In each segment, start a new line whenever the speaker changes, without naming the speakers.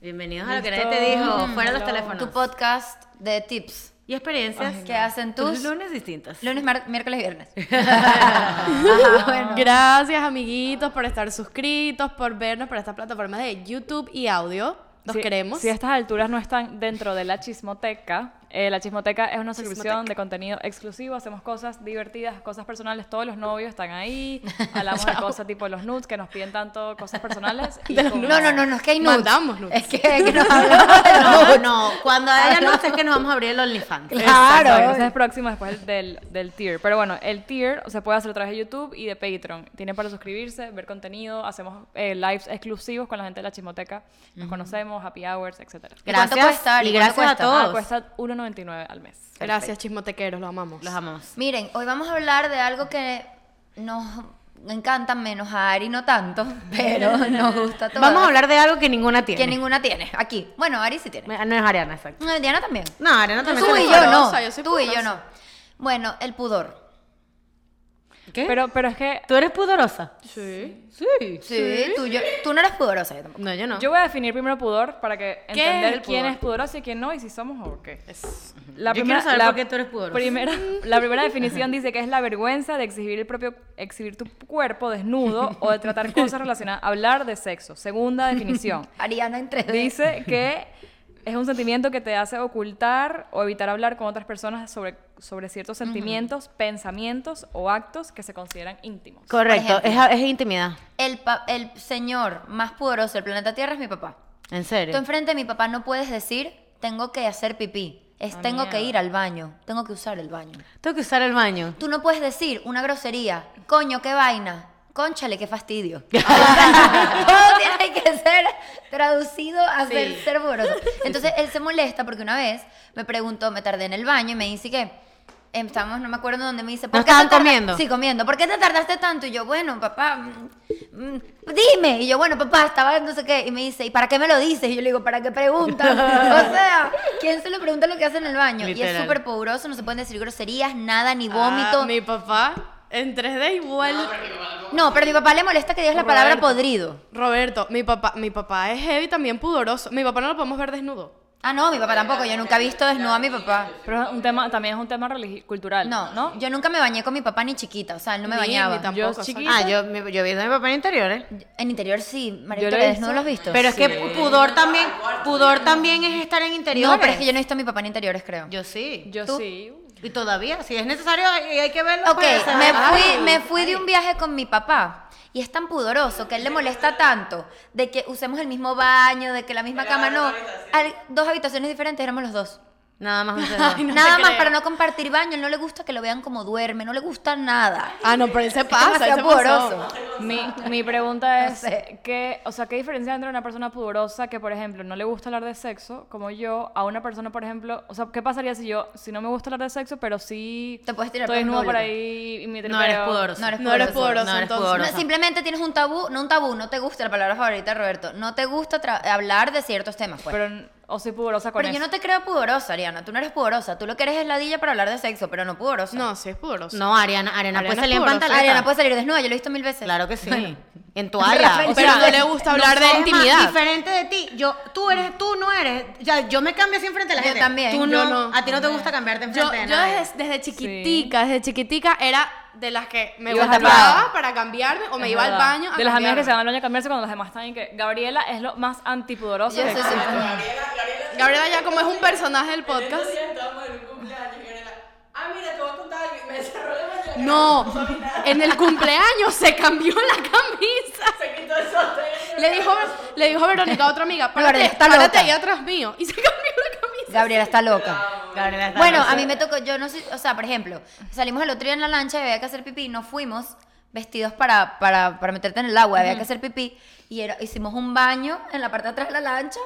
Bienvenidos a lo que nadie te dijo, fuera los
Mm, Tu
teléfonos.
podcast de tips.
y experiencias
¿Qué hacen tus?
lunes distintas.
Lunes, mar- miércoles y viernes.
Ah.
Gracias, amiguitos, por estar suscritos, por vernos por estas plataformas de YouTube y audio. Los
Si-
queremos.
Si a estas alturas no están dentro de la chismoteca, eh, la chismoteca es una suscripción de contenido exclusivo. Hacemos cosas divertidas, cosas personales. Todos los novios están ahí. Hablamos de cosas tipo los nudes que nos piden tanto cosas personales. y como-
No, no, no, no, es que hay nudes.
Mandamos nudes.
Es que, que nos hablamos de
No,
nudes.
Ah, no, cuando haya luz es que nos vamos a abrir el OnlyFans.
Claro.
Exacto, ese es próximo después del, del tier. Pero bueno, el tier se puede hacer a través de YouTube y de Patreon. Tienen para suscribirse, ver contenido, hacemos eh, lives exclusivos con la gente de la chismoteca. Nos conocemos, happy hours, etcétera.
¿Y cuánto
Gracias,
cuesta, Ari?
y
¿Cuánto
gracias a
cuesta?
todos.
Ah, cuesta 1.99 al mes.
Gracias, chismotequeros, los amamos.
Los amamos.
Miren, hoy vamos a hablar de algo que nos encanta menos a Ari, no tanto, pero nos gusta a todas,
Vamos a hablar de algo que ninguna tiene.
que ninguna tiene aquí. Bueno, Ari sí tiene.
Me- No es Ariana, exacto.
No, Diana también.
No, Ariana también.
Tú
soy
y
tiene-
yo no.
pudorosa, yo soy
Tú y yo
pudorosa.
no. Bueno, el pudor.
¿Qué?
Pero, pero es que
¿Tú eres pudorosa?
Sí.
Sí.
Sí, Tú, yo- tú no eres pudorosa, yo tampoco.
No, yo no.
Yo voy a definir primero pudor para que
¿Qué
entender
es el
quién
pudor?
es pudoroso y quién no y si somos o qué.
Es-
La
Yo quiero saber por qué tú eres pudoroso.
Primera, la primera definición dice que es la vergüenza de exhibir el propio exhibir tu cuerpo desnudo o de tratar cosas relacionadas hablar de sexo. Segunda definición.
Ariana en 3D.
Dice que es un sentimiento que te hace ocultar o evitar hablar con otras personas sobre, sobre ciertos sentimientos, pensamientos o actos que se consideran íntimos.
Correcto,
Por
es,
ejemplo.
es intimidad.
El, pa- el señor más pudoroso del planeta Tierra es mi papá.
En serio.
Tú enfrente de mi papá no puedes decir, tengo que hacer pipí. Es,
Ah,
tengo que
mierda.
ir al baño. Tengo que usar el baño.
Tengo que usar el baño.
Tú no puedes decir una grosería. Coño, qué vaina. Conchale, qué fastidio. Todo tiene que ser traducido a ser, ser pudoroso. Entonces él se molesta porque una vez me preguntó, me tardé en el baño y me dice que. em, Estamos, no me acuerdo dónde me dice.
¿No
te
estaban
tarda-
comiendo?
Sí, comiendo. ¿Por qué te tardaste tanto? Y yo, bueno, papá, mm, mm, dime. Y yo, bueno, papá, estaba no sé qué. Y me dice, ¿y para qué me lo dices? Y yo le digo, ¿para qué preguntas? o sea, ¿quién se le pregunta lo que hace en el baño? Y es
Literal.
súper pudoroso, no se pueden decir groserías, nada, ni vómito.
Ah, mi papá en 3D igual.
No, pero a mi papá le molesta que digas la palabra podrido.
Roberto, mi papá, mi papá es heavy también pudoroso. Mi papá no lo podemos ver desnudo.
Ah, no, mi papá tampoco. Yo nunca he visto desnudo a mi papá.
Pero es un tema, también es un tema religi- cultural.
No,
No,
Yo nunca me bañé con mi papá ni chiquita. O sea, él no me
Ni-
bañaba.
ni tampoco,
Yo
o sea,
chiquita.
Ah, yo, mi- yo vi a mi papá en interiores.
En interior sí. María
Yo lo
Victoria,
he
desnudo lo has visto.
Pero es que pudor también, pudor también es estar en interiores.
no, pero es que yo no he visto a mi papá en interiores, creo.
Yo sí.
yo
¿Tú?
sí.
Y todavía, si es necesario y hay que verlo.
Ok,
pues,
me
ah,
fui, me fui de un viaje con mi papá. Y es tan pudoroso que a él le molesta tanto de que usemos el mismo baño, de que la misma cama, no. Al- dos habitaciones diferentes éramos los dos.
Nada más ustedes dos.
Ay, no
nada
te
más
creo.
para no compartir baño. Él no le gusta que lo vean como duerme, no le gusta nada.
Ah, no, pero él se
Es
pasa, él se
demasiado pudoroso.
pasó.
Mi, mi pregunta
No
es,
sé.
que, o sea, ¿qué diferencia hay entre una persona pudorosa que, por ejemplo, no le gusta hablar de sexo, como yo, a una persona, por ejemplo, o sea, ¿qué pasaría si yo, si no me gusta hablar de sexo, pero sí
Te puedes tirar
estoy
por un
desnudo por
doble?
ahí y me
No eres
tripeo?
pudoroso.
No eres
No eres
pudoroso.
pudoroso,
No eres
entonces.
No,
pudoroso.
simplemente tienes un tabú, no un tabú, no te gusta la palabra favorita, Roberto. No te gusta tra- hablar de ciertos temas, pues. Pero,
Pero, o soy pudorosa con
yo
eso.
no te creo pudorosa, Ariana. Tú no eres pudorosa. Tú lo que eres es ladilla para hablar de sexo, pero no pudorosa.
No, sí es pudoroso.
No, Ariana, Ariana,
Ariana
puede
es
salir en
pudorosa.
pantalón.
Ariana puede salir desnuda, yo lo he visto mil veces.
Claro que sí. En toalla.
Rafael,
O
pero
sea,
no le gusta hablar de
somos más
intimidad.
diferente de ti. Yo, tú eres, tú no eres. Ya, yo me cambio así enfrente de la
Yo
gente.
también,
Tú
yo
no,
no.
A ti no te gusta cambiarte
Yo,
enfrente de
yo
nadie.
desde, desde chiquitica, desde chiquitica era de las que me
Ibas
volteaba
tapada.
para cambiarme o me
Es
iba al
verdad.
baño. A
De las amigas que
cambiarme.
se van al baño a cambiarse cuando las demás están en que... Gabriela es lo más antipudoroso
Yo
que
soy
existe.
súper-
Gabriela ya como es un personaje del podcast.
estábamos en un cumpleaños y era ah, mira, te voy a contar algo", y me cerró la mañana.
No, en el cumpleaños se cambió la camisa.
Se quitó el sostén.
Le dijo, le dijo Verónica a otra amiga, párate,
Gabriela está
párate
loca.
ahí atrás mío. Y se cambió la camisa.
Gabriela está loca.
Gabriela está
Bueno,
loca.
a mí me tocó, yo no sé, o sea, por ejemplo, salimos el otro día en la lancha y había que hacer pipí, nos fuimos vestidos para, para, para meterte en el agua, había que hacer pipí y era- hicimos un baño en la parte de atrás de la lancha.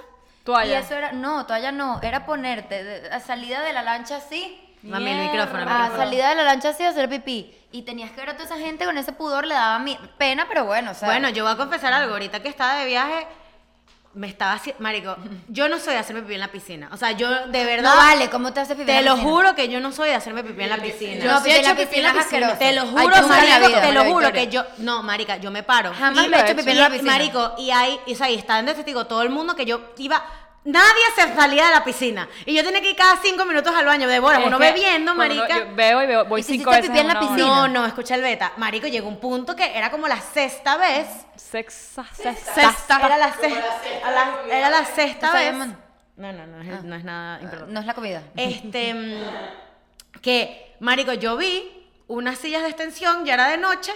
Toalla.
Y eso era, no, toalla no, era ponerte de- a salida de la lancha así.
Mami, el micrófono, el
A
micrófono.
salida de la lancha así a hacer pipí. Y tenías que ver a toda esa gente con ese pudor, le daba mi- pena, pero bueno, o sea.
Bueno, yo voy a confesar algo. Ahorita que estaba de viaje, me estaba haciendo, marico, yo no soy de hacerme pipí en la piscina. O sea, yo de verdad.
No vale, ¿cómo te haces pipí? en
Te
la
lo
piscina?
juro que yo no soy de hacerme pipí en la piscina.
Yo
No,
sí
pipí
he
en la
hecho pipí en
piscina
la
es
piscina.
asqueroso.
Te lo
Ay,
juro,
tú nunca en la
marico,
vida,
te lo
María
juro
Victoria.
que yo, no, marica, yo me paro.
Jamás
Y-
me he hecho
y-
pipí en la piscina.
Marico, y ahí, y ahí están de testigo todo el mundo que yo iba, nadie se salía de la piscina. Y yo tenía que ir cada cinco minutos al baño, de bolas,
Es
uno
que
bebiendo,
cuando uno-
marica.
yo veo y veo, voy
¿Y te
cinco
hiciste
veces
pipí en la
una hora.
piscina?
No, no, escucha el beta. Marico, llegó un punto que era como la sexta vez.
Sexta, sexta.
Sexta. Era la
Como la
sexta.
sexta
a la-
de comida.
era la
¿Tú
sexta
sabes,
vez.
man?
No, no, no, es,
Ah.
no es nada importante.
No es la comida.
Este, mm, que, marico, yo vi unas sillas de extensión, ya era de noche,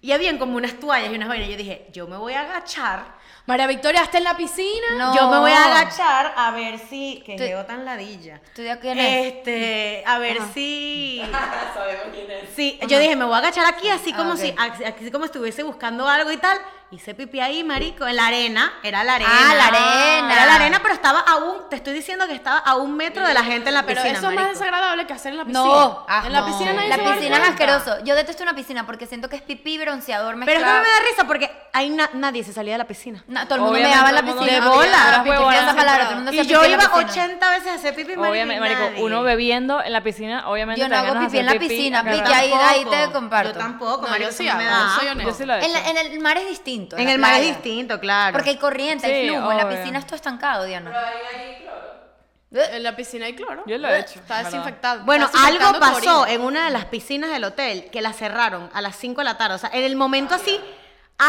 y habían como unas toallas y unas vainas. Yo dije, yo me voy a agachar.
María Victoria, ¿está en la piscina?
No.
Yo me voy a agachar a ver si. Que
Tú-
llevo tan ladilla.
¿Tú de quién es?
Este, a ver si.
Sabemos quién es.
Sí, yo dije, me voy a agachar aquí, así
Ah,
como
ok.
si así, así como estuviese buscando algo y tal. Hice pipí ahí, marico, en la arena. Era la arena.
Ah, la arena.
Era la arena, pero estaba a un, te estoy diciendo que estaba a un metro de la gente en la
Pero
piscina,
eso es
marico.
más desagradable que hacer en la piscina.
No, ah,
en la
no.
piscina nadie
La
se va a dar
piscina es
cuenta.
asqueroso. Yo detesto una piscina porque siento que es pipí bronceador
Pero es que a mí
mezclado.
me da risa porque ahí na- nadie se salía de la piscina.
No, todo el mundo me
Obviamente,
daba en la
todo el mundo-
piscina.
De bola.
Ahora pipí,
Huevona,
esa palabra, todo el mundo
Y
hacía
yo
pipí en la
iba
piscina.
80 veces a hacer pipi, marico, y
Obviamente, marico,
nadie.
uno bebiendo en la piscina, obviamente.
Yo no
te
hago
ganas
pipí
de
en
hacer
la piscina,
claro.
Yo
pique ahí, ahí
tampoco,
te comparto.
Yo tampoco,
No,
marico,
yo
eso
sí
no me
hago,
da.
soy honesta.
Yo sí lo he
En,
hecho.
la- en el mar es distinto.
En
la
el mar es
playa.
distinto, claro.
Porque hay corriente, hay
Sí,
flujo. En la
obvio.
piscina esto estancado, Diana.
Ahí, ahí, claro.
En la piscina hay cloro.
Yo lo he hecho.
Está
en verdad.
desinfectado.
Bueno,
está
algo
desinfectando tu
pasó eh,
orina.
en una de las piscinas del hotel que la cerraron a las 5 de la tarde. O sea, en el momento así,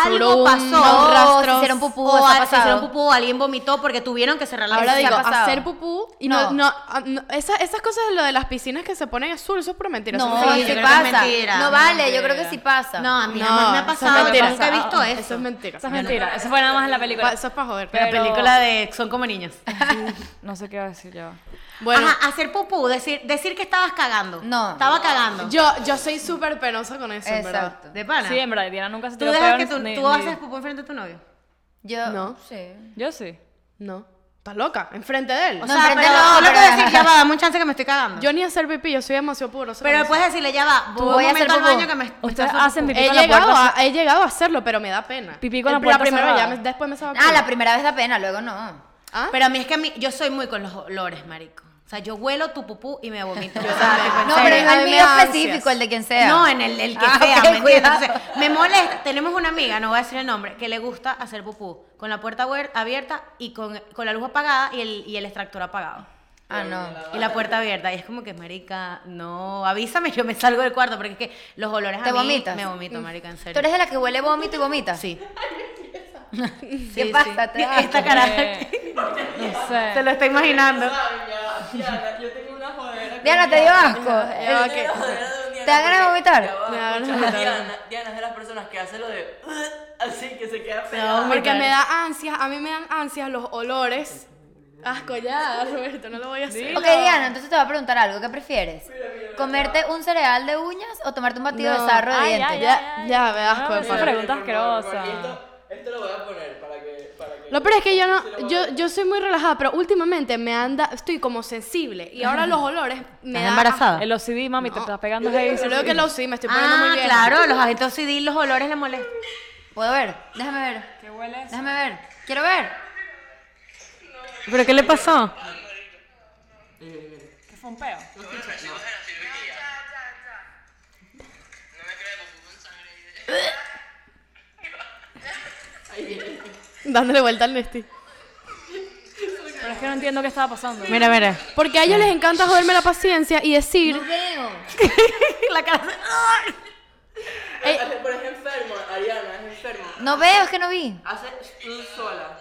algo
Seguro un-
pasó.
no,
O
rastros.
se hicieron pupú,
o
eso ha
al- se hicieron
pasado.
pupú, alguien vomitó porque tuvieron que cerrar la
Ahora
Eso sí
piscina.
digo,
ha pasado.
hacer pupú y no,
No.
no, ah, no, esa- esas cosas de lo de las piscinas que se ponen azul, eso es pura mentira. eso
No,
Sí, yo
es
sí
creo que es
pasa.
mentira.
No vale, yo creo que
Mentira.
sí pasa.
No, a mí
No,
jamás me ha
eso es
pasado, yo
mentira. Ah,
nunca he visto eso.
Eso es mentira.
Esa es mentira. Eso fue nada más en la película.
Pa- eso es pa' joder.
La
Pero-
película de Son como niños.
No sé qué iba a decir yo.
Bueno,
Ajá, hacer pupú, decir, decir que estabas cagando.
No.
Estaba cagando.
yo, yo soy súper penosa con eso, en verdad.
Exacto.
de pana.
Sí, en verdad, Diana nunca se
tú
tiró
dejas
peor
que tú,
ni-
tú
ni-
haces pupú enfrente de tu novio.
Yo,
No.
Sí.
Yo sí.
No. Estás loca, enfrente de él.
O
No,
sea,
enfrente
pero
no,
solo
pero-
puedes decir, ya va, dame un chance que me estoy cagando.
yo ni hacer pipí, yo soy demasiado puro.
pero después decirle, ya va, voy,
voy a
un momento
hacer
al baño
pupú.
que me, me
Ustedes
estoy haciendo
hacen pipí
He
con la
llegado,
puerta
a, he llegado a hacerlo, pero me da pena.
Pipí con la
El-
puerta
primera
cerrada.
ya me- después me sabe
Ah,
pena.
la primera vez da pena, luego no.
¿Ah?
Pero a mí es que a mí, yo soy muy con los olores, marico. O sea, yo huelo tu pupú y me vomito. O sea, tipo, en
No,
serio.
pero
serio,
no
a
el
mí me
mío
da ansias.
específico, el de quien sea.
No, en el, el que
Ah,
sea,
ok,
¿me entiendes?
cuidado.
Entonces, me molesta. Tenemos una amiga, no voy a decir el nombre, que le gusta hacer pupú con la puerta abuer- abierta y con, con la luz apagada y el, y el extractor apagado.
Ah, no.
Y la puerta abierta. Y es como que, marica, no, avísame, yo me salgo del cuarto, porque es que los olores a
¿Te
mí
vomitas?
me vomito, marica, en serio.
Tú eres de la que huele vómito y vomita.
Sí.
¿Qué
sí,
pasa?
sí.
Te da
Esta
asco.
cara,
No
se
sé.
lo está imaginando.
Saben, ya, Diana, yo tengo una jodera. con
Diana, te dio asco.
Ya va,
Yo
¿qué?
tengo una jodera de un día
¿Te dan ganas de
porque-
vomitar?
Ya va,
Me dan
escucha,
ganas de vomitar.
Diana, Diana es de las personas que hace lo de. Así que se queda
No,
pegada.
porque me da ansias, a mí me dan ansias los olores. Asco ya, Roberto, no lo voy a hacer.
Eh, Ok, Diana, entonces te voy a preguntar algo. ¿Qué prefieres? ¿Comerte un cereal de uñas o tomarte un batido
No.
de sarro de
Ay,
dientes?
ay, ay.
Ya, ya me da asco.
Ah,
de
sí.
pana.
pregunta asquerosa.
Esto, esto lo voy a poner para que. Para que
Lo peor es que yo no, yo, yo soy muy relajada, pero últimamente me anda, estoy como sensible y ahora los olores me
¿Estás
da
embarazada?
El OCD, mami, te estás pegando ahí.
Yo creo que lo sí, me estoy poniendo
Ah,
muy bien.
claro, los agentes OCD, los olores le molestan.
¿Puedo ver? Déjame ver.
¿Qué huele eso?
Déjame ver. Quiero ver.
¿Pero qué le pasó?
¿Qué fue un peo?
Dándole vuelta al Nesti.
Pero es que no entiendo qué estaba pasando.
Mira, mira.
Porque a ellos les encanta joderme la paciencia y decir,
veo.
La cara. ¡Ay!
Hace- Pero es enfermo, Ariana, es enfermo.
No veo, es que no vi.
Hace tú sola.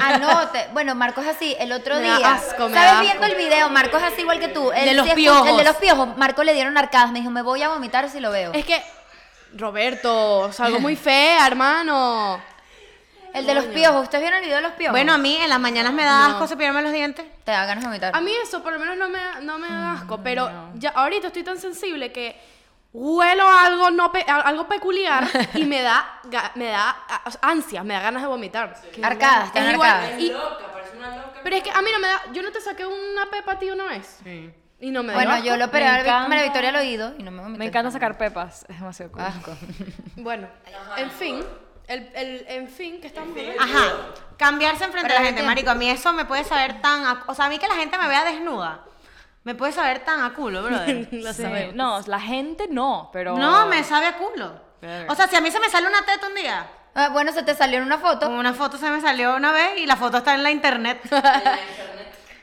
Anote. Ah, Bueno, Marcos es así. El otro
Me da
día.
asco, me
¿Sabes
da
viendo el video? Marcos es así igual que tú. El
De los
El de
piojos.
los piojos. Marco le dieron arcadas. Me dijo, me voy a vomitar si lo veo.
es que, Roberto, salgo muy fea, hermano.
El de los piojos. ¿Ustedes vieron el video de los piojos?
Bueno, a mí en las mañanas me da asco cepillarme los dientes.
Te da ganas de vomitar.
A mí eso por lo menos no me, da- no me da asco, pero ya ahorita estoy tan sensible que huelo algo no pe- a- algo peculiar y me da ga- me da a- o sea, ansia, me da ganas de vomitar.
Arcadas,
Es
te dan
igual,
arcadas.
y-
Loca, parece una loca.
pero es que a mí no me da, yo no te saqué una pepa a ti una vez. Y no me
Bueno,
dio
yo lo
asco.
operé
Me
a la
encanta.
María Victoria al oído y no me vomité.
Me encanta sacar pepas. Es demasiado cool.
Asco.
Bueno, en fin, El, el, en fin, que estamos
En fin.
hablando?
Ajá. Cambiarse enfrente de
Pero
la
no
gente,
entiendo.
marico. A mí eso me puede saber tan. a- o sea, a mí que la gente me vea desnuda. Me puede saber tan a culo, brother.
Lo
Sí,
sabemos.
No, la gente no, pero.
No, me sabe a culo.
Verga.
O sea, si a mí se me sale una teta un día,
Ah, bueno, se te salió en una
con
foto.
una foto se me salió una vez y la foto está en la internet.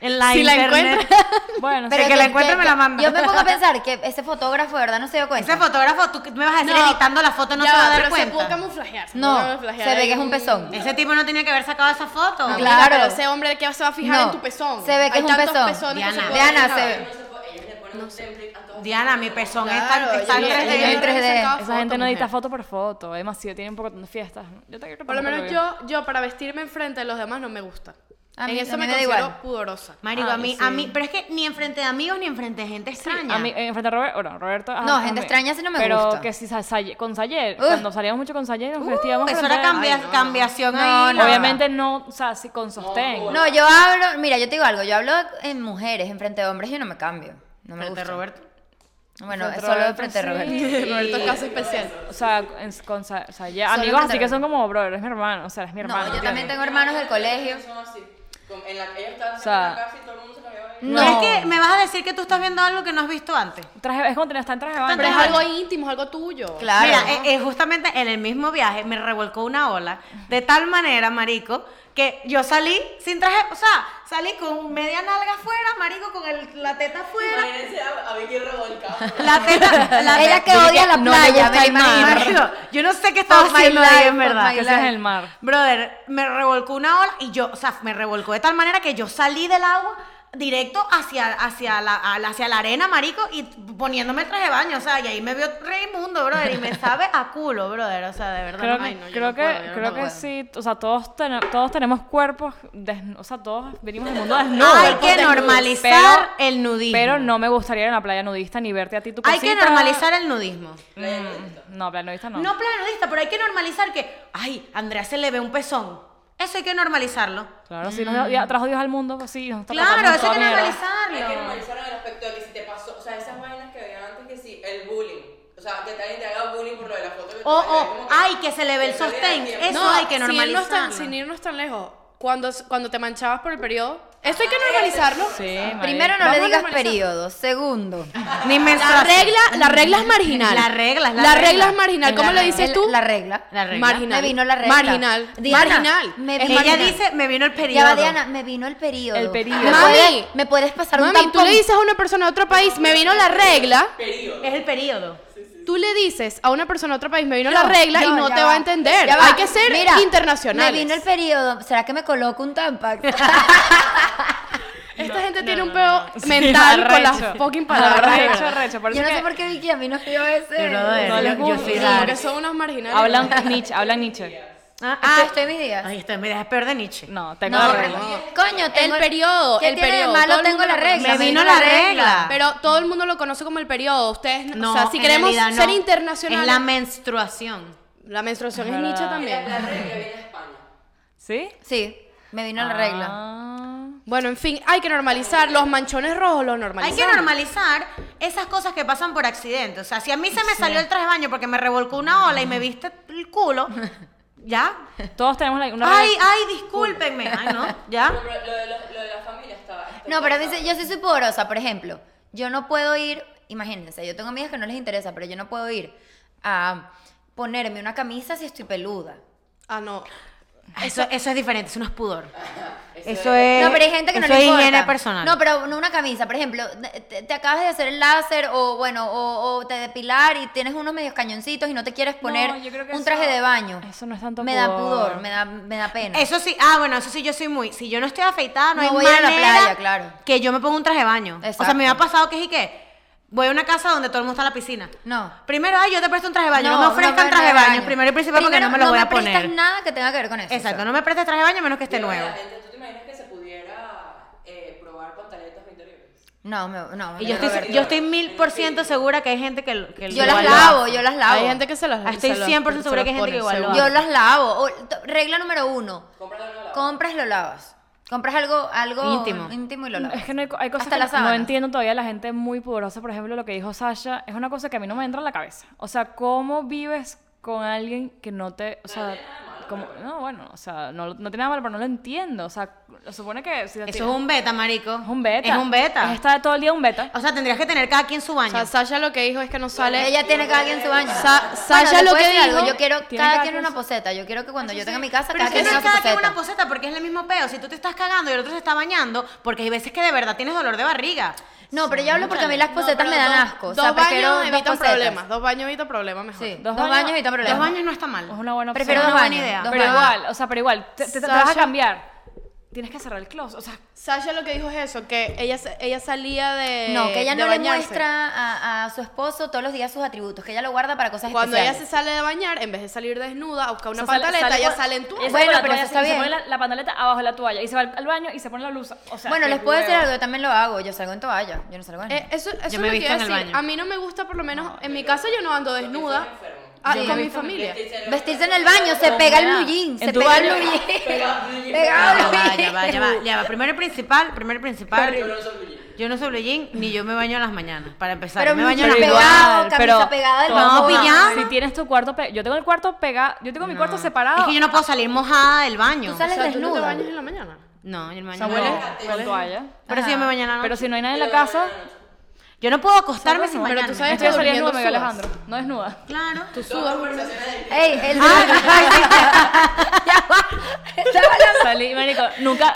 En la
Si la
internet.
Bueno,
Pero-
sí.
que la
que-
encuentre,
que-
me la manda.
Yo me pongo a pensar que ese fotógrafo, de ¿verdad? No se dio cuenta.
Ese fotógrafo, tú me vas a decir Ah, editando la foto, no
ya
se va a
va,
dar
pero se
cuenta.
pudo camuflajear. se pudo
No,
camuflajear
se ve
ahí
que es un pezón.
Ese tipo no tenía que haber sacado esa foto.
Amiga,
Claro.
pero ese hombre que se va a fijar
No,
en tu pezón.
se ve que
Hay
es un
tantos
pezón.
pezones
Diana,
que se pueden
Diana,
fijar.
se ve.
Ellos le ponen un template a todos.
Diana, mi pezón
Claro,
está, está
yo-
en
yo- yo-
3D.
en 3D.
sacaba
Esa
fotos,
gente no edita
mujer.
foto por foto. Es demasiado, tienen un poco de fiestas. Yo te quiero
Por lo
poner
menos
algo
yo, yo para vestirme enfrente de los demás no me gusta.
A mí-
en
a
eso
mí
me,
me da
considero
igual.
pudorosa.
Marico,
Ah,
a mí, a mí, pero es que ni enfrente de amigos ni enfrente de gente
bien.
extraña.
A mí, eh, en frente a Roberto, bueno, Roberto. ajá,
No,
ajá,
gente
me-
extraña sí no me
pero
gusta.
que si sa- saye- con Sayer,
Ugh.
cuando salíamos mucho con Sayer, nos
Uh,
vestíamos
eso
frente
era
a-
cambia-
Ay, no, no.
cambiación
No,
ahí.
no.
Obviamente no, o sea, si con sostén.
No,
No, yo hablo, mira, yo te digo algo, yo hablo en mujeres, enfrente de hombres, yo no me cambio. No me
Frente
gusta.
a Roberto.
Bueno,
Frente a
solo
Roberto,
enfrente de
sí.
Roberto.
Roberto es caso especial.
O sea, en- con Sa- Sayer.
Solo
Amigos
frente
así
a
que son como, brother, es mi hermano. O sea, es mi
No,
hermano.
yo
¿entiendes?
también tengo hermanos del colegio.
Son así. Como En la que ellos estaban
O sea,
en la casa y todo el mundo se cambiaba. de-
No.
No.
Es que me vas a decir que tú estás viendo algo que no has visto antes.
Traje, es cuando está en traje de baño.
Pero es algo íntimo, es algo tuyo.
Claro.
Mira, eh, eh, justamente en el mismo viaje me revolcó una ola de tal manera, marico, que yo salí sin traje, o sea, salí con media nalga afuera, marico, con el- la teta afuera.
Imagínense a, a Vicky revolcada.
eh, La teta, la
Ella
teta-
que odia la
no le
playa,
gusta
me
el mar.
imagino.
Marico, yo no sé qué estaba
Fuck my
haciendo
life,
ahí, en
fuck
verdad.
my
Que ese es el mar.
Brother, me revolcó una ola y yo, o sea, me revolcó de tal manera que yo salí del agua directo hacia, hacia, la, al- hacia la arena, marico, y poniéndome el traje de baño, o sea, y ahí me vio re inmundo, brother, y me sabe a culo, brother, o sea, de verdad.
Creo
no-
que,
ay, no, yo
creo
no
que,
puedo, yo no
creo que
puedo.
sí, o sea, todos, ten- todos tenemos cuerpos, desn- o sea, todos venimos del mundo desnudo.
Hay que
Pero-
normalizar el nudismo.
Pero no me gustaría ir a la playa nudista ni verte a ti tu
Hay que
cosita.
normalizar el nudismo.
Mm, no, playa nudista no.
No playa nudista, pero hay que normalizar que, ay, Andrea se le ve un pezón. Eso hay que normalizarlo.
Claro, si nos dio- ya trajo Dios al mundo, pues sí. Nos está
Claro,
pasando
eso hay
toda
que
mierda.
Hay que
normalizarlo.
normalizar en el aspecto de que si te pasó, o sea, esas vainas que había antes que sí, el bullying. O sea, que alguien te haga bullying por lo de la foto. que te
O,
salió,
o,
como
Oh, ay, que se le ve el sostén. Eso hay que
sin irnos, tan,
normalizarlo.
sin irnos tan lejos, cuando, cuando te manchabas por el periodo, eso hay que normalizarlo.
Sí, marica.
Primero no
Vamos
le
a
digas
normalizar.
periodo. Segundo,
Ni
La
menstruación.
regla, la regla es marginal.
La regla es la
la
regla.
regla es marginal. ¿Cómo
la-
lo dices
el-
tú?
La regla.
La regla.
Marginal.
Me vino la regla.
Marginal.
Diana,
marginal.
me
Es
vino-
Ella
marginal.
dice, me vino el periodo.
Ya va, Diana, me vino el periodo.
El periodo.
¿Me
Mami.
puedes, me puedes pasar un
Mami,
tampón?
tú le dices a una persona de otro país, me vino la regla.
Periodo.
Es el periodo.
Tú le dices a una persona de otro país, me vino
No,
la regla y no
ya
te va a entender.
Ya va.
Hay que ser
Mira,
internacionales.
Me vino el periodo. ¿Será que me coloco un tampax?
Esta gente
no,
tiene
no,
un peo
no, no.
mental
Sí,
con las
arrecho.
fucking palabras.
Arrecho, arrecho, por
Yo no
eso que
sé por qué Vicky a mí no vio ese.
Brother,
No les
yo- yo
gusta.
soy
Sí,
rara.
Porque son unos marginales.
hablan Nietzsche, hablan Nietzsche.
Ah,
Ah, estoy en mis días.
Ay, estoy, mira, es peor de Nietzsche.
No, tengo
No,
la
pero-
regla.
Coño, tengo
periodo,
¿Qué
el
tiene de
periodo,
malo
todo el
tengo
mundo
la
lo
regla.
conoce. Me vino la regla.
Pero todo el mundo lo conoce como el periodo. Ustedes, no,
No,
o sea, si
en
queremos
realidad no.
ser internacionales.
Es la menstruación.
la menstruación es
Verdad.
nicha
La, la
también.
regla viene de España.
¿Sí?
Sí, me vino la regla.
Ah.
Bueno, en fin, hay que normalizar los manchones rojos, los
Hay
normalizamos.
que normalizar esas cosas que pasan por accidente. O sea, si a mí se me salió el traje de baño porque me revolcó una ola y me viste el culo, ¿ya?
Todos tenemos la- una regla.
Ay, ay, discúlpenme. Ay, no,
No,
¿ya?
pero lo, de los- lo de la familia estaba. estaba
No, pero a mí
pasado.
se- yo sí soy pudorosa, por ejemplo. Yo no puedo ir, imagínense, yo tengo amigas que no les interesa, pero yo no puedo ir a ponerme una camisa si estoy peluda.
Ah, no.
Eso, eso es diferente, eso no es pudor. Eso
Eso
es.
No, pero hay gente que no
Eh, eso
le
es
importa.
higiene personal.
No, pero no una camisa, por ejemplo, te, te acabas de hacer el láser o bueno, o, o te depilar y tienes unos medios cañoncitos y no te quieres poner
yo creo que
un
eso-
traje de baño.
eso no es tanto
Me da
pudor.
pudor, me da me da pena.
Eso sí, ah, bueno, eso sí, yo soy muy. Si yo no estoy afeitada, no,
No
hay
voy a ir
manera
a la playa, claro.
que yo me ponga un traje de baño. O sea,
Exacto.
me ha pasado que es y que voy a una casa donde todo el mundo está en la piscina.
No.
Primero, ay, yo te presto un traje de baño. No, me ofrezcan
no me-
traje de
no me
baño. Primero y principal porque no me lo voy a
No prestas
poner.
nada que tenga que ver con eso.
Exacto,
o sea.
no me prestes traje de baño a menos que esté
Pero
nuevo.
la gente, ¿Tú te imaginas que se pudiera eh, probar pantaletas interiores?
No, me- no. me
Y yo
da
estoy,
vergüenza.
yo estoy mil por ciento segura que hay gente que, lo- que
yo
igual
las
lo
lavo,
hace.
yo las lavo.
Hay gente que se las
Ah, estoy
se las-
100%
se
segura
las
que hay gente
pone,
que igual lo
seguro.
hace.
Yo las lavo. O- t- regla número uno.
Cómpralo no la
Compras, lo lavas. Compras algo, algo
Íntimo.
y lo lavas.
Es que no hay, co- hay cosas
Hasta
que
las
no- no
sábanas.
entiendo todavía la gente muy pudorosa. Por ejemplo, lo que dijo Sasha es una cosa que a mí no me entra en la cabeza. O sea, ¿cómo vives con alguien que no te... O sea, como, no, bueno, o sea, no, no tiene nada malo, pero no lo entiendo. O sea, lo supone que si lo
Eso es
tiras-
un beta, marico.
es un beta.
Es un beta.
Es estar todo el día un beta.
O sea, tendrías que tener cada quien su
O
baño.
sea, Sasha lo que dijo es que no sale.
Ella tiene cada quien su baño.
Sa-
Bueno,
Sasha
te
lo
puedo
que
decir algo,
dijo-
Yo quiero
Tiene
cada
cada
quien
quien
una
su-
poseta. Yo quiero que cuando yo tenga mi casa,
Pero
cada
es que
quien
no
tenga
es cada
su
quien
poseta.
una poseta porque es el mismo peo. Si tú te estás cagando y el otro se está bañando, porque hay veces que de verdad tienes dolor de barriga.
No, pero yo hablo porque a mí las posetas
pero
me dan
dos-
asco. O sea,
Dos
prefiero
baños
dos
evitan
posetas.
problemas. Dos baños evitan problemas mejor.
Sí, dos
Dos
baños
baños-
evitan
Los
problemas.
baños no está mal.
Es una buena opción.
Ah. Prefiero
una
dos
buena
baños.
idea.
dos
pero
baños.
igual, o sea, pero igual, te, te- te vas a
Sasha-
cambiar. Tienes que cerrar el closet. O sea,
Sasha lo que dijo es eso, que ella, sa- ella salía de.
No, que ella
eh, de
no le
bañarse.
muestra a, a su esposo todos los días sus atributos, que ella lo guarda para cosas
Cuando ella se
especiales.
sale de bañar, en vez de salir desnuda a buscar una
o sea, sale-
pantaleta,
sale
ella
con-
sale en tu.
ella sale
Bueno,
con la
pero
toalla
eso está
así, y
bien.
Se pone la, la pantaleta abajo de la toalla y se va al, al baño y se pone la blusa. O sea,
Bueno,
qué
les puedo decir
hueva.
algo, yo también lo hago, yo salgo en toalla, yo no salgo en
Eh, eso eso es
Yo
lo
me he
que
visto
iba a
en el
decir.
baño.
A mí no me gusta, por lo menos en mi casa, yo no ando desnuda.
enfermo.
Ah,
Yo me
con
he
mi
visto-
familia.
Vestirse en el baño, se
Con
pega el
humedad.
blue jean,
En
se
tu
pega el
baño.
blue jean.
Pega, Luigi,
Pegado.
pega.
Ya va, ya va, ya va, ya va. Primero el principal, primero el principal.
Yo no soy Luigi.
Yo no soy blue jean, ni yo me baño en las mañanas, para empezar.
Pero
me baño en
blue
las
jean
mañanas.
pegado, camisa pegada del
todo-
No, pijama.
Si tienes tu cuarto pe- yo tengo el cuarto pegado, yo tengo mi cuarto separado.
Es que yo no puedo salir mojada del baño.
Tú sales-
O sea, ¿tú no te
desnuda.
bañas en la mañana?
No, yo me
O
baño
sea,
en
huele-
la mañana.
con toalla.
Pero si yo me baño en la
Pero
noche.
si no hay nadie en la casa,
Yo no puedo acostarme sin
pero
bañarme.
tú sabes
que
que yo salía
durmiendo
desnuda, Miguel
sudas.
Alejandro, no desnuda.
Claro.
Dos conversaciones de-
Ey, el
Ah,
ya va. Estaba hablando-
Salí, marico, nunca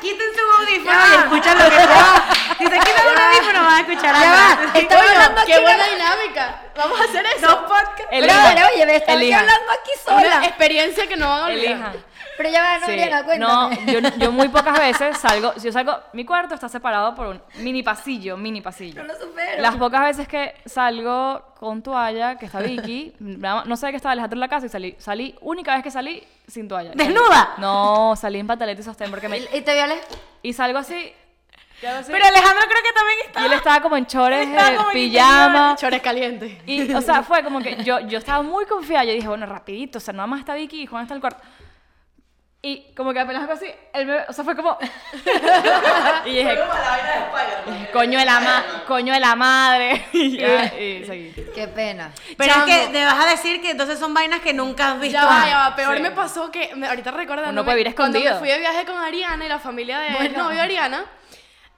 Quítense un audífono y escuchan lo que sea. Si se quitan un audífono, van a escuchar
Ya
algo.
va, estaba hablando aquí.
¡Qué buena dinámica! Vamos a hacer eso. Dos podcasts.
Elija,
Brother, oye, me estaba aquí
elija.
hablando aquí
Una eh.
sola.
experiencia que no van a olvidar.
elija.
Pero ya va, no
Sí.
me la cuenta.
No, yo, yo muy pocas veces salgo, yo salgo, mi cuarto está separado por un mini pasillo, mini pasillo.
No lo supero.
Las pocas veces que salgo con toalla, que está Vicky, nada más- no sé de qué estaba Alejandro en la casa y salí, salí, única vez que salí sin toalla.
¿Desnuda?
No, salí en pantaleta y sostén porque me...
¿Y y te violes?
Y salgo así, y hago así,
Pero Alejandro creo que también
y
está.
él estaba como en chores,
Él estaba
eh,
como en
pijama,
Chores calientes.
y, o sea, fue como que yo, yo estaba muy confiada. Yo dije, bueno, rapidito, o sea, nada más está Vicky y Juan está en el cuarto. Y como que apenas algo así, él me, o sea, fue como... y dije,
Fue como la vaina de Spider-Man.
coño de la, ma- coño de la madre. y, ya, y seguí.
Qué pena.
Pero
Chango.
es que te vas a decir que entonces son vainas que nunca has visto.
Ya va, ya va. Peor
Sí.
me pasó que me- ahorita recordando.
Uno puede vivir
Cuando me
escondido.
fui de viaje con Ariana y la familia de novio Ariana.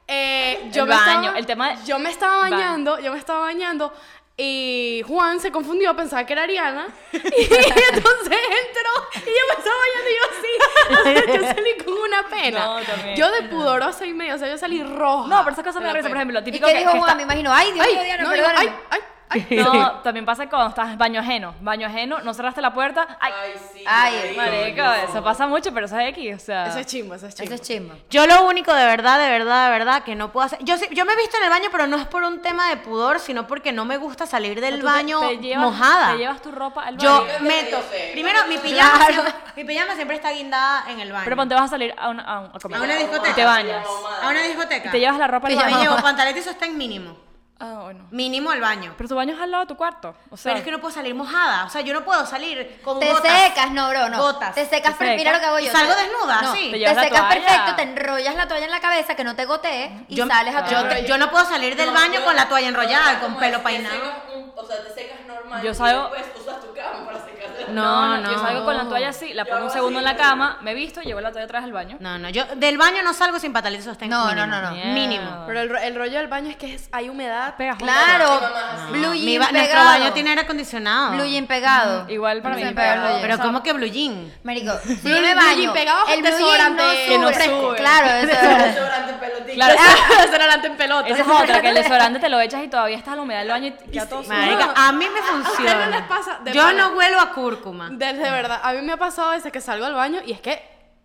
eh, yo
El
me
baño,
estaba,
el tema de-
Yo me estaba
Baño.
bañando, yo me estaba bañando y Juan se confundió, pensaba que era Ariana y entonces entró y yo me estaba bañando y yo así. O sea, yo salí con una pena.
No, también.
yo de pudorosa y medio, o sea, yo salí roja.
No, pero esas cosas
de
me
la
dan risa. Por
pena.
ejemplo, lo
¿Y
típico
qué
que-
dijo
que
Juan?
está-
Me imagino, ay, Dios mío,
Ay,
Diana,
no, digo,
perdóname.
ay, ay, ay.
No, también pasa cuando estás en baño ajeno. Baño ajeno, no cerraste la puerta. Ay,
Ay, sí.
Ay,
marico, eso pasa mucho, pero eso es X, o sea...
Eso es chimbo, eso es chimbo.
Eso es chimba.
Yo lo único de verdad, de verdad, de verdad que no puedo hacer. Yo, sí- yo me he visto en el baño, pero no es por un tema de pudor, sino porque no me gusta salir del
Tú te-
baño
te llevas-
mojada.
Te llevas tu ropa al baño.
Yo
Marica,
meto.
yo sé.
Primero, mi pijama,
Claro.
siempre, mi pijama siempre está guindada en el baño.
Pero ponte, vas a salir a, una, a, un- a comer.
A una discoteca.
Y te bañas.
a una discoteca.
Y te llevas la ropa al
Me
baño.
llevo pantaleta y sostén mínimo.
Ah, bueno.
Mínimo el baño.
Pero tu baño es al lado de tu cuarto. O sea,
Pero es que no puedo salir mojada. O sea, yo no puedo salir con
Te
gotas.
secas, no, bro, no.
Gotas.
Te secas,
Te
pero mira
secas.
lo que hago
Y
yo.
salgo
Te-
desnuda,
no,
sí.
Te
Te
llevas la
secas
toalla.
perfecto, te enrollas la toalla en la cabeza que no te gotees y sales a tu
yo, te- yo no puedo salir del baño con la toalla enrollada, con
Como
pelo
es, te
peinado.
secas un- O sea, te secas normal.
Yo
y
salgo-
Después usas tu cama para secarse.
no,
No,
no, Yo
no.
salgo con la toalla así, la
Yo
pongo un
hago
segundo en
así.
la cama, me visto, llevo la toalla atrás del baño.
No, no, yo del baño no salgo sin pantaleta y sostén.
No,
mínimo.
no, no, no.
Mínimo.
Pero el, ro- el rollo del baño es que es- hay humedad.
Pegajoso.
Claro.
No,
Blue
Mi
jean
ba- nuestro
pegado.
baño tiene aire acondicionado.
Blue jean pegado.
Mm, Igual para
No
mí.
se me pega el rollo.
Pero ¿cómo que blue jean?
Marico, si
Blue-
yo me
blue jean
baño,
pegado o
el blue jean no
desodorante
sube.
que no sube.
Claro, eso
Desodorante pelotita.
Claro,
Desodorante en pelota.
esa es otra, que el desodorante te lo echas y todavía estás a la humedad del baño y te queda todo sucio.
Marica, a mí me
ustedes no
funciona.
les pasa? De
yo
pana.
no huelo a cúrcuma.
De, de verdad, a mí me ha pasado desde que salgo al baño y es que,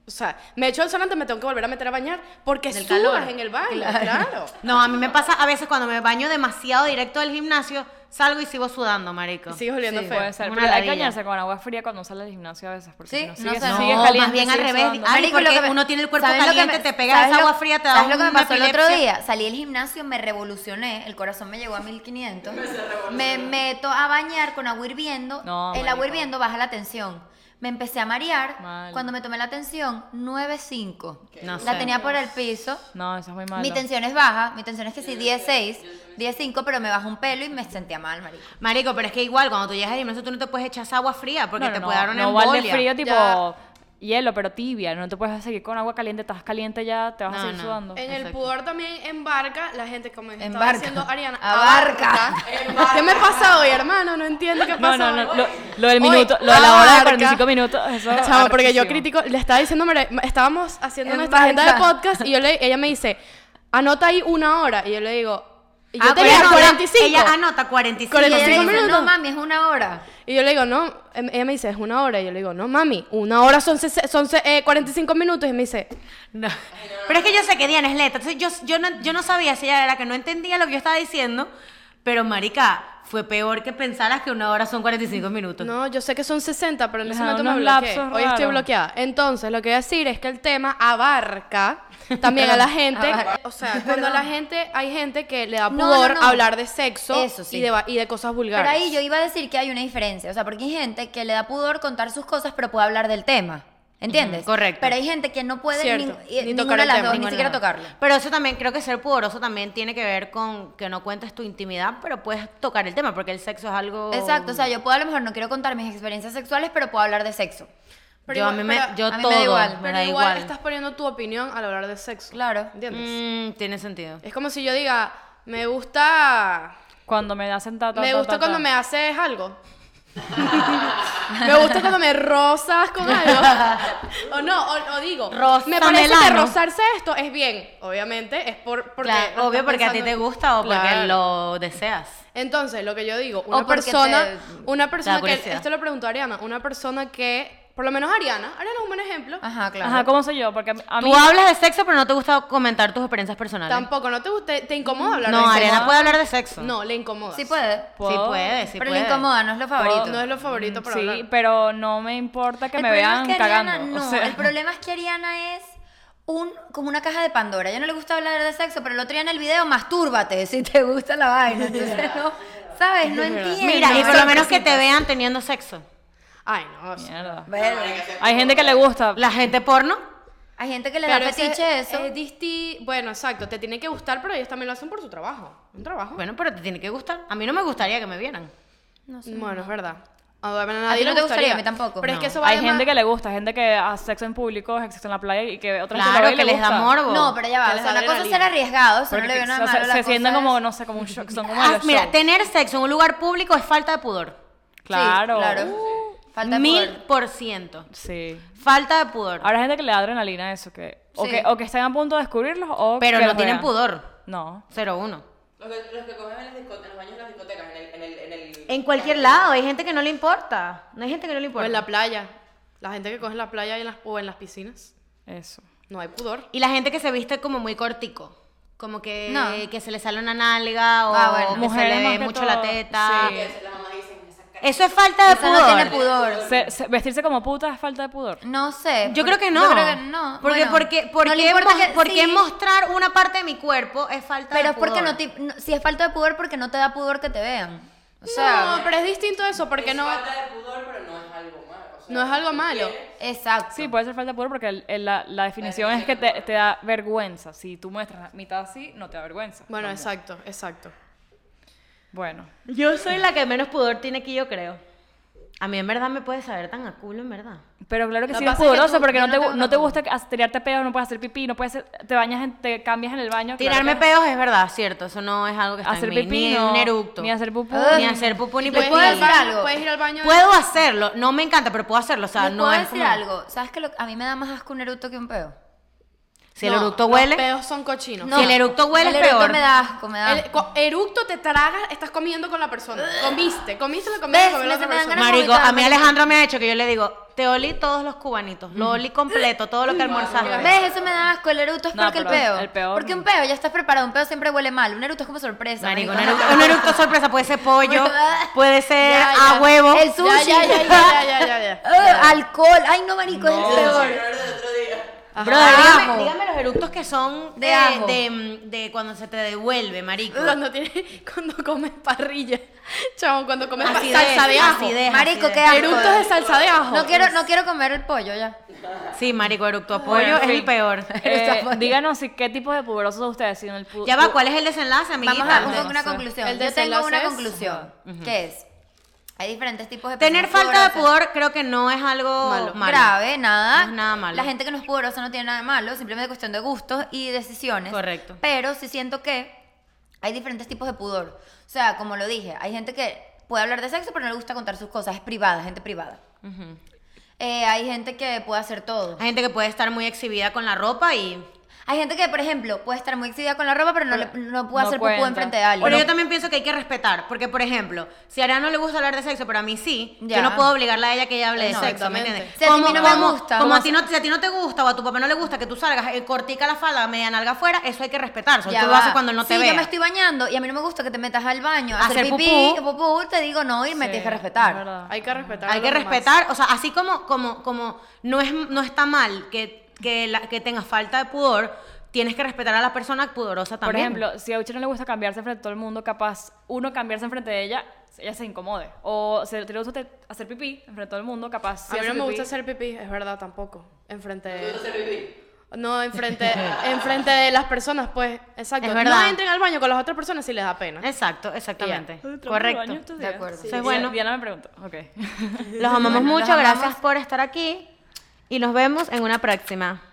o sea, me echo el sonante, me tengo que volver a meter a bañar porque
Del
sudas
calor.
en el baño,
Claro.
claro.
No, a mí me pasa a veces cuando me baño demasiado directo del gimnasio, salgo y sigo sudando, marico.
Y sigues oliendo
Sí,
feo.
Puede ser,
Una
pero hay que
ladilla.
bañarse con agua fría cuando sale del gimnasio a veces, porque
Sí,
si
no
no sigues,
sé.
sigues
No,
caliente,
más bien al
sigues
revés.
sudando.
Ay,
Marico,
porque
lo que me-
uno tiene el cuerpo
¿sabes lo que me-
caliente, te pega
sabes
esa
lo-
agua fría, te da
¿Sabes lo que me
una
pasó el otro
epilepsia?
día? Salí del gimnasio, me revolucioné, el corazón me llegó a 1500. me meto a bañar con agua hirviendo,
No,
el
marico.
agua hirviendo baja la tensión. Me empecé a marear
Mal.
cuando me tomé la tensión 9.5.
No
la
sé.
tenía por el piso.
No, eso es muy malo.
Mi tensión es baja, mi tensión es que sí 10.6, 10.5, pero me bajó un pelo y me sentía mal, marico.
Marico, pero es que igual, cuando tú llegas al gimnasio, tú no te puedes echar esa agua fría porque
No, no,
te
no,
puede dar una
no
embolia.
balde frío tipo
Ya.
hielo, pero tibia. No te puedes seguir con agua caliente. Estás caliente ya, te vas a
No,
seguir
no.
sudando.
En el
Exacto.
pudor también embarca la gente, como estaba
Embarca.
diciendo Ariana.
Abarca.
¿Qué me pasa hoy, hermano? No entiendo qué
No,
pasa
no,
hoy.
no. Lo, lo del
Hoy
minuto, lo de la hora de
abarca.
45 minutos. Eso
Chamo, porque yo
arrechísimo.
critico, le estaba diciendo, Mare- estábamos haciendo nuestra
Embarca.
agenda de podcast y yo le, ella me dice, anota ahí una hora. Y yo le digo, y yo
Ah, pero
tenía
anota-
45.
Ella ah, anota 45.
Y ella
45
dice,
minutos.
No, mami, es una hora.
Y yo le digo, no, em- ella me dice, es una hora. Y yo le digo, no, mami, una hora son, ses- son se- eh, 45 minutos. Y me dice,
No. Pero es que yo sé que Diana es letra. Entonces yo, yo, no, yo no sabía si ella era la que no entendía lo que yo estaba diciendo. Pero, marica, fue peor que pensaras que una hora son 45 minutos.
No, yo sé que son 60, pero en
Les
ese
da
momento me
unos
bloqueé.
lapsos
Hoy estoy
raros.
bloqueada. Entonces, lo que voy a decir es que el tema abarca también a la gente.
Abarca.
O sea, cuando la gente, hay gente que le da
No,
pudor
no, no.
hablar de sexo
Eso sí.
y, de, va- y de cosas vulgares.
Pero ahí yo iba a decir que hay una diferencia. O sea, porque hay gente que le da pudor contar sus cosas, pero puede hablar del tema. ¿Entiendes?
Ujú, correcto.
Pero hay gente que no puede
Cierto.
ni,
Ni
eh,
tocar
ninguna
el
de las
tema,
dos, ni
ninguna.
siquiera tocarlo.
Pero eso también, creo que ser pudoroso también tiene que ver con que no cuentes tu intimidad, pero puedes tocar el tema, porque el sexo es algo...
Exacto, o sea, yo puedo a lo mejor no quiero contar mis experiencias sexuales, pero puedo hablar de sexo.
Pero
yo
igual-
a mí me,
pero-
yo
a mí me da
todo,
igual,
me
Pero
da
igual,
igual.
estás poniendo tu opinión al hablar de sexo.
Claro.
¿Entiendes?
Mm, tiene sentido.
Es como si yo diga, me gusta...
Cuando me hacen ta, ta,
Me
ta,
gusta
ta,
cuando
ta.
me haces algo. me gusta cuando me rozas con algo. O no, o, o digo, me parece que
Rozamelano.
rozarse esto es bien. Obviamente es por, porque
Claro,
lo
obvio
estás
porque a ti te
pensando.
gusta o porque
Claro.
lo deseas.
Entonces, lo que yo digo, una
porque
persona,
te-
una persona
da
que
curiosidad.
esto lo preguntó Ariana, una persona que por lo menos Ariana, Ariana es un buen ejemplo.
Ajá, claro.
Ajá, ¿cómo soy yo? Porque a mí- a mí...
Tú hablas de sexo, pero no te gusta comentar tus experiencias personales.
Tampoco no te gusta, te incomoda hablar
No,
de sexo.
Ariana puede hablar de sexo.
No, le incomoda.
Sí puede.
Sí puede, sí
pero
puede.
le incomoda, no es lo favorito.
No es lo favorito para
Mm, Sí,
hablar.
pero no me importa que
El
me
problema
vean
es que Ariana-
cagando. o
no,
sea.
el problema es que Ariana es un, como una caja de Pandora. Yo no le gusta hablar de sexo, pero el otro día en el video, mastúrbate si te gusta la vaina. Entonces, no, ¿sabes? No entiendo.
Mira, y por lo
Son
menos que te
cositas.
vean teniendo sexo.
Ay, no.
Mierda.
Verga.
Hay gente que le gusta.
La gente porno,
Hay gente que le da
Pero ese-
fetiche eso.
Es disti... Bueno, exacto, te tiene que gustar, pero ellos también lo hacen por su trabajo. Un trabajo.
bueno, pero te tiene que gustar. A mí no me gustaría que me vieran.
Bueno, es verdad. A, ver, a
ti
nadie
no
le
te gustaría? A mí tampoco.
Pero es
No.
que eso va
Hay
de
gente
más-
que le gusta, hay gente que hace sexo en público, sexo en la playa y que otras
Claro, que les da morbo.
no, pero ya va.
que
O
les
sea,
da
una cosa es ser
adrenalina.
arriesgados,
Porque
no le veo nada
se-
malo.
se,
la
se
cosa
sientan como,
es-
no sé, como un shock, son como
Ah,
los
mira,
shows.
tener sexo en un lugar público es falta de pudor.
Claro.
Sí, claro. Falta de
Mil
pudor.
por ciento.
Sí.
Falta de pudor.
Habrá gente que le da adrenalina a eso, que o,
Sí.
que o que están a punto de descubrirlos o
pero
que
no
los
tienen
vean.
pudor.
No.
0-1.
Los que, los que cogen en, las discote- en los baños de las discotecas, en el... En, el, en, el,
En cualquier lado, hay gente que no le importa. No hay gente que no le
O
importa.
en la playa. La gente que coge en la playa y en las... o en las piscinas.
Eso.
No hay pudor.
Y la gente que se viste como muy cortico. Como que,
No.
que se le sale una nalga o
Ah, bueno.
que
Mujeres
se
más
le ve
que
mucho
todo.
la teta.
Sí.
las mamás dicen esa cara.
Eso es falta de
Esa
pudor.
no tiene pudor.
Se- se- vestirse como puta es falta de pudor.
No sé.
Yo
por-
creo que no.
Yo creo que no.
Porque,
Bueno,
porque, porque,
no le importa
mos-
que-
porque
sí.
mostrar una parte de mi cuerpo es falta
Pero
de
es porque
pudor.
no te. no- si es falta de pudor, porque no te da pudor que te vean. O sea.
no, pero es distinto eso, porque
es
no...
falta de pudor, pero no es algo malo. o sea,
No es algo malo.
Exacto.
Sí, puede ser falta de pudor porque el- el- la, la definición es que te, te da vergüenza. Si tú muestras mitad así, no te da vergüenza.
Bueno,
También.
exacto, exacto.
Bueno.
Yo soy la que menos pudor tiene aquí, yo creo. A mí en verdad me puede saber tan a culo, en verdad.
Pero claro que
Lo
sí
que
es
pasa es que
pudoroso
tú-
porque no
yo no
te,
tengo
gu-
una
no te gusta hacer- tirarte pedos, no puedes hacer pipí, no puedes hacer- te bañas, en- te cambias en el baño. claro
Tirarme
que-
pedos es verdad, cierto. Eso no es algo que está
Hacer
en mí.
pipí
ni
no,
un eructo.
ni hacer pupú.
Ni
Ugh.
hacer pupú, ni
Y
pipí.
puedes
puedo
ir al
decir
baño-
algo?
Puedes ir al baño...
Puedo hacerlo. No me encanta, pero puedo hacerlo. O sea,
¿Les
no
puedo
es
decir
como-
algo? ¿Sabes que lo- a mí me da más asco un eructo que un peo?
Si el
No,
eructo
los
huele...
pedos son cochinos.
No. Si el eructo huele,
el
es
eructo
peor.
me da asco, me da
El-
asco.
co- eructo te tragas, estás comiendo con la persona. Comiste, comiste lo comiste,
¿Ves?
comiste
Me-
la otra
me dan
persona.
ganas de
Marico,
vomitar,
a mí
marico.
Alejandro me ha hecho que yo le digo, te olí todos los cubanitos, lo olí completo, todo lo que almorzaste.
¿Ves? Eso me da asco. El eructo es
No,
peor que el
pero
peo.
el peo-
Porque un peo ya estás preparado. Un peo siempre huele mal. Un eructo es como sorpresa.
Marico, un
marico.
eructo, un eructo sorpresa puede ser pollo, puede ser
Ya, ya.
a huevo.
El sushi.
Ya, ya, ya, ya, ya, ya, ya, ya.
Ah, alcohol. Ay, no, marico, es el
Yo
peor.
hablar del otro día.
Ajá.
Bro,
de
dígame,
ajo.
dígame los eructos que son
De
eh,
ajo.
de, mm, de cuando se te devuelve, marico.
Cuando, tiene, cuando comes parrilla. Chamo, cuando comes pa-
Acidez,
salsa de ajo.
acidez,
Marico,
acidez.
qué asco.
Eructos de salsa de ajo.
No quiero, no quiero comer el pollo ya.
Sí, marico, eructo pollo
Bueno,
es
en
el
fin.
peor.
Eh, díganos si- qué tipo de puberosos son ustedes. Si no el pu-
Ya va,
pu-
¿cuál es el desenlace, amiguita?
Vamos a
no
una, una
sé.
conclusión.
El
Yo tengo una
desenlace es-
conclusión, que es, hay diferentes tipos de
Tener
personas
falta de
poderosas.
pudor creo que no es algo
Malo.
malo.
grave, nada.
No es nada malo.
La gente que no es poderosa no tiene nada de malo, simplemente cuestión de gustos y decisiones.
Correcto.
Pero sí siento que hay diferentes tipos de pudor. O sea, como lo dije, hay gente que puede hablar de sexo, pero no le gusta contar sus cosas. Es privada, gente privada. Eh, hay gente que puede hacer todo.
Hay gente que puede estar muy exhibida con la ropa y...
Hay gente que, por ejemplo, puede estar muy exhibida con la ropa, pero no, le- no puede
no
hacer pupú
cuenta.
enfrente de alguien.
Pero yo también pienso que hay que respetar, porque por ejemplo, si a Ara no le gusta hablar de sexo, pero a mí sí,
Ya.
yo no puedo obligarla a ella que ella hable de
No,
sexo, ¿me
exactamente.
entiendes?
Si a ti no me gusta,
como
¿cómo
a ti no, si a ti no te gusta o a tu papá no le gusta que tú salgas eh, cortica la falda, media nalga afuera, eso hay que respetar, eso
Ya
tú lo
va.
haces cuando no te
sí,
vea.
yo me estoy bañando y a mí no me gusta que te metas al baño a
A
hacer,
hacer
pipí,
pupú.
pupú, te digo no y me tienes
Sí,
que
es
respetar.
verdad.
Hay que respetar. a
Hay que
los demás.
respetar, o sea, así como, como, como no, es, no está mal que, que, la- que tengas falta de pudor, tienes que respetar a la persona pudorosa
Por
también.
ejemplo, si a Uche no le gusta cambiarse frente a todo el mundo, capaz uno cambiarse frente de ella, ella se incomode. O si le gusta hacer pipí frente a todo el mundo, capaz. si
A mí
hace
no me
pipí-
gusta hacer pipí, es verdad, tampoco. Enfrente
¿Te gusta
de...
hacer pipí?
No, enfrente, enfrente de las personas, pues. Exacto.
Es verdad.
No entren al baño con las otras personas si les da pena.
Exacto, exactamente.
Ay, trabajo de baño
Correcto.
estos
De
días.
acuerdo.
Eso es bueno.
Diana me preguntó. Ok.
Los amamos
Bueno,
mucho,
los
gracias
amamos.
por estar aquí y nos vemos en una próxima.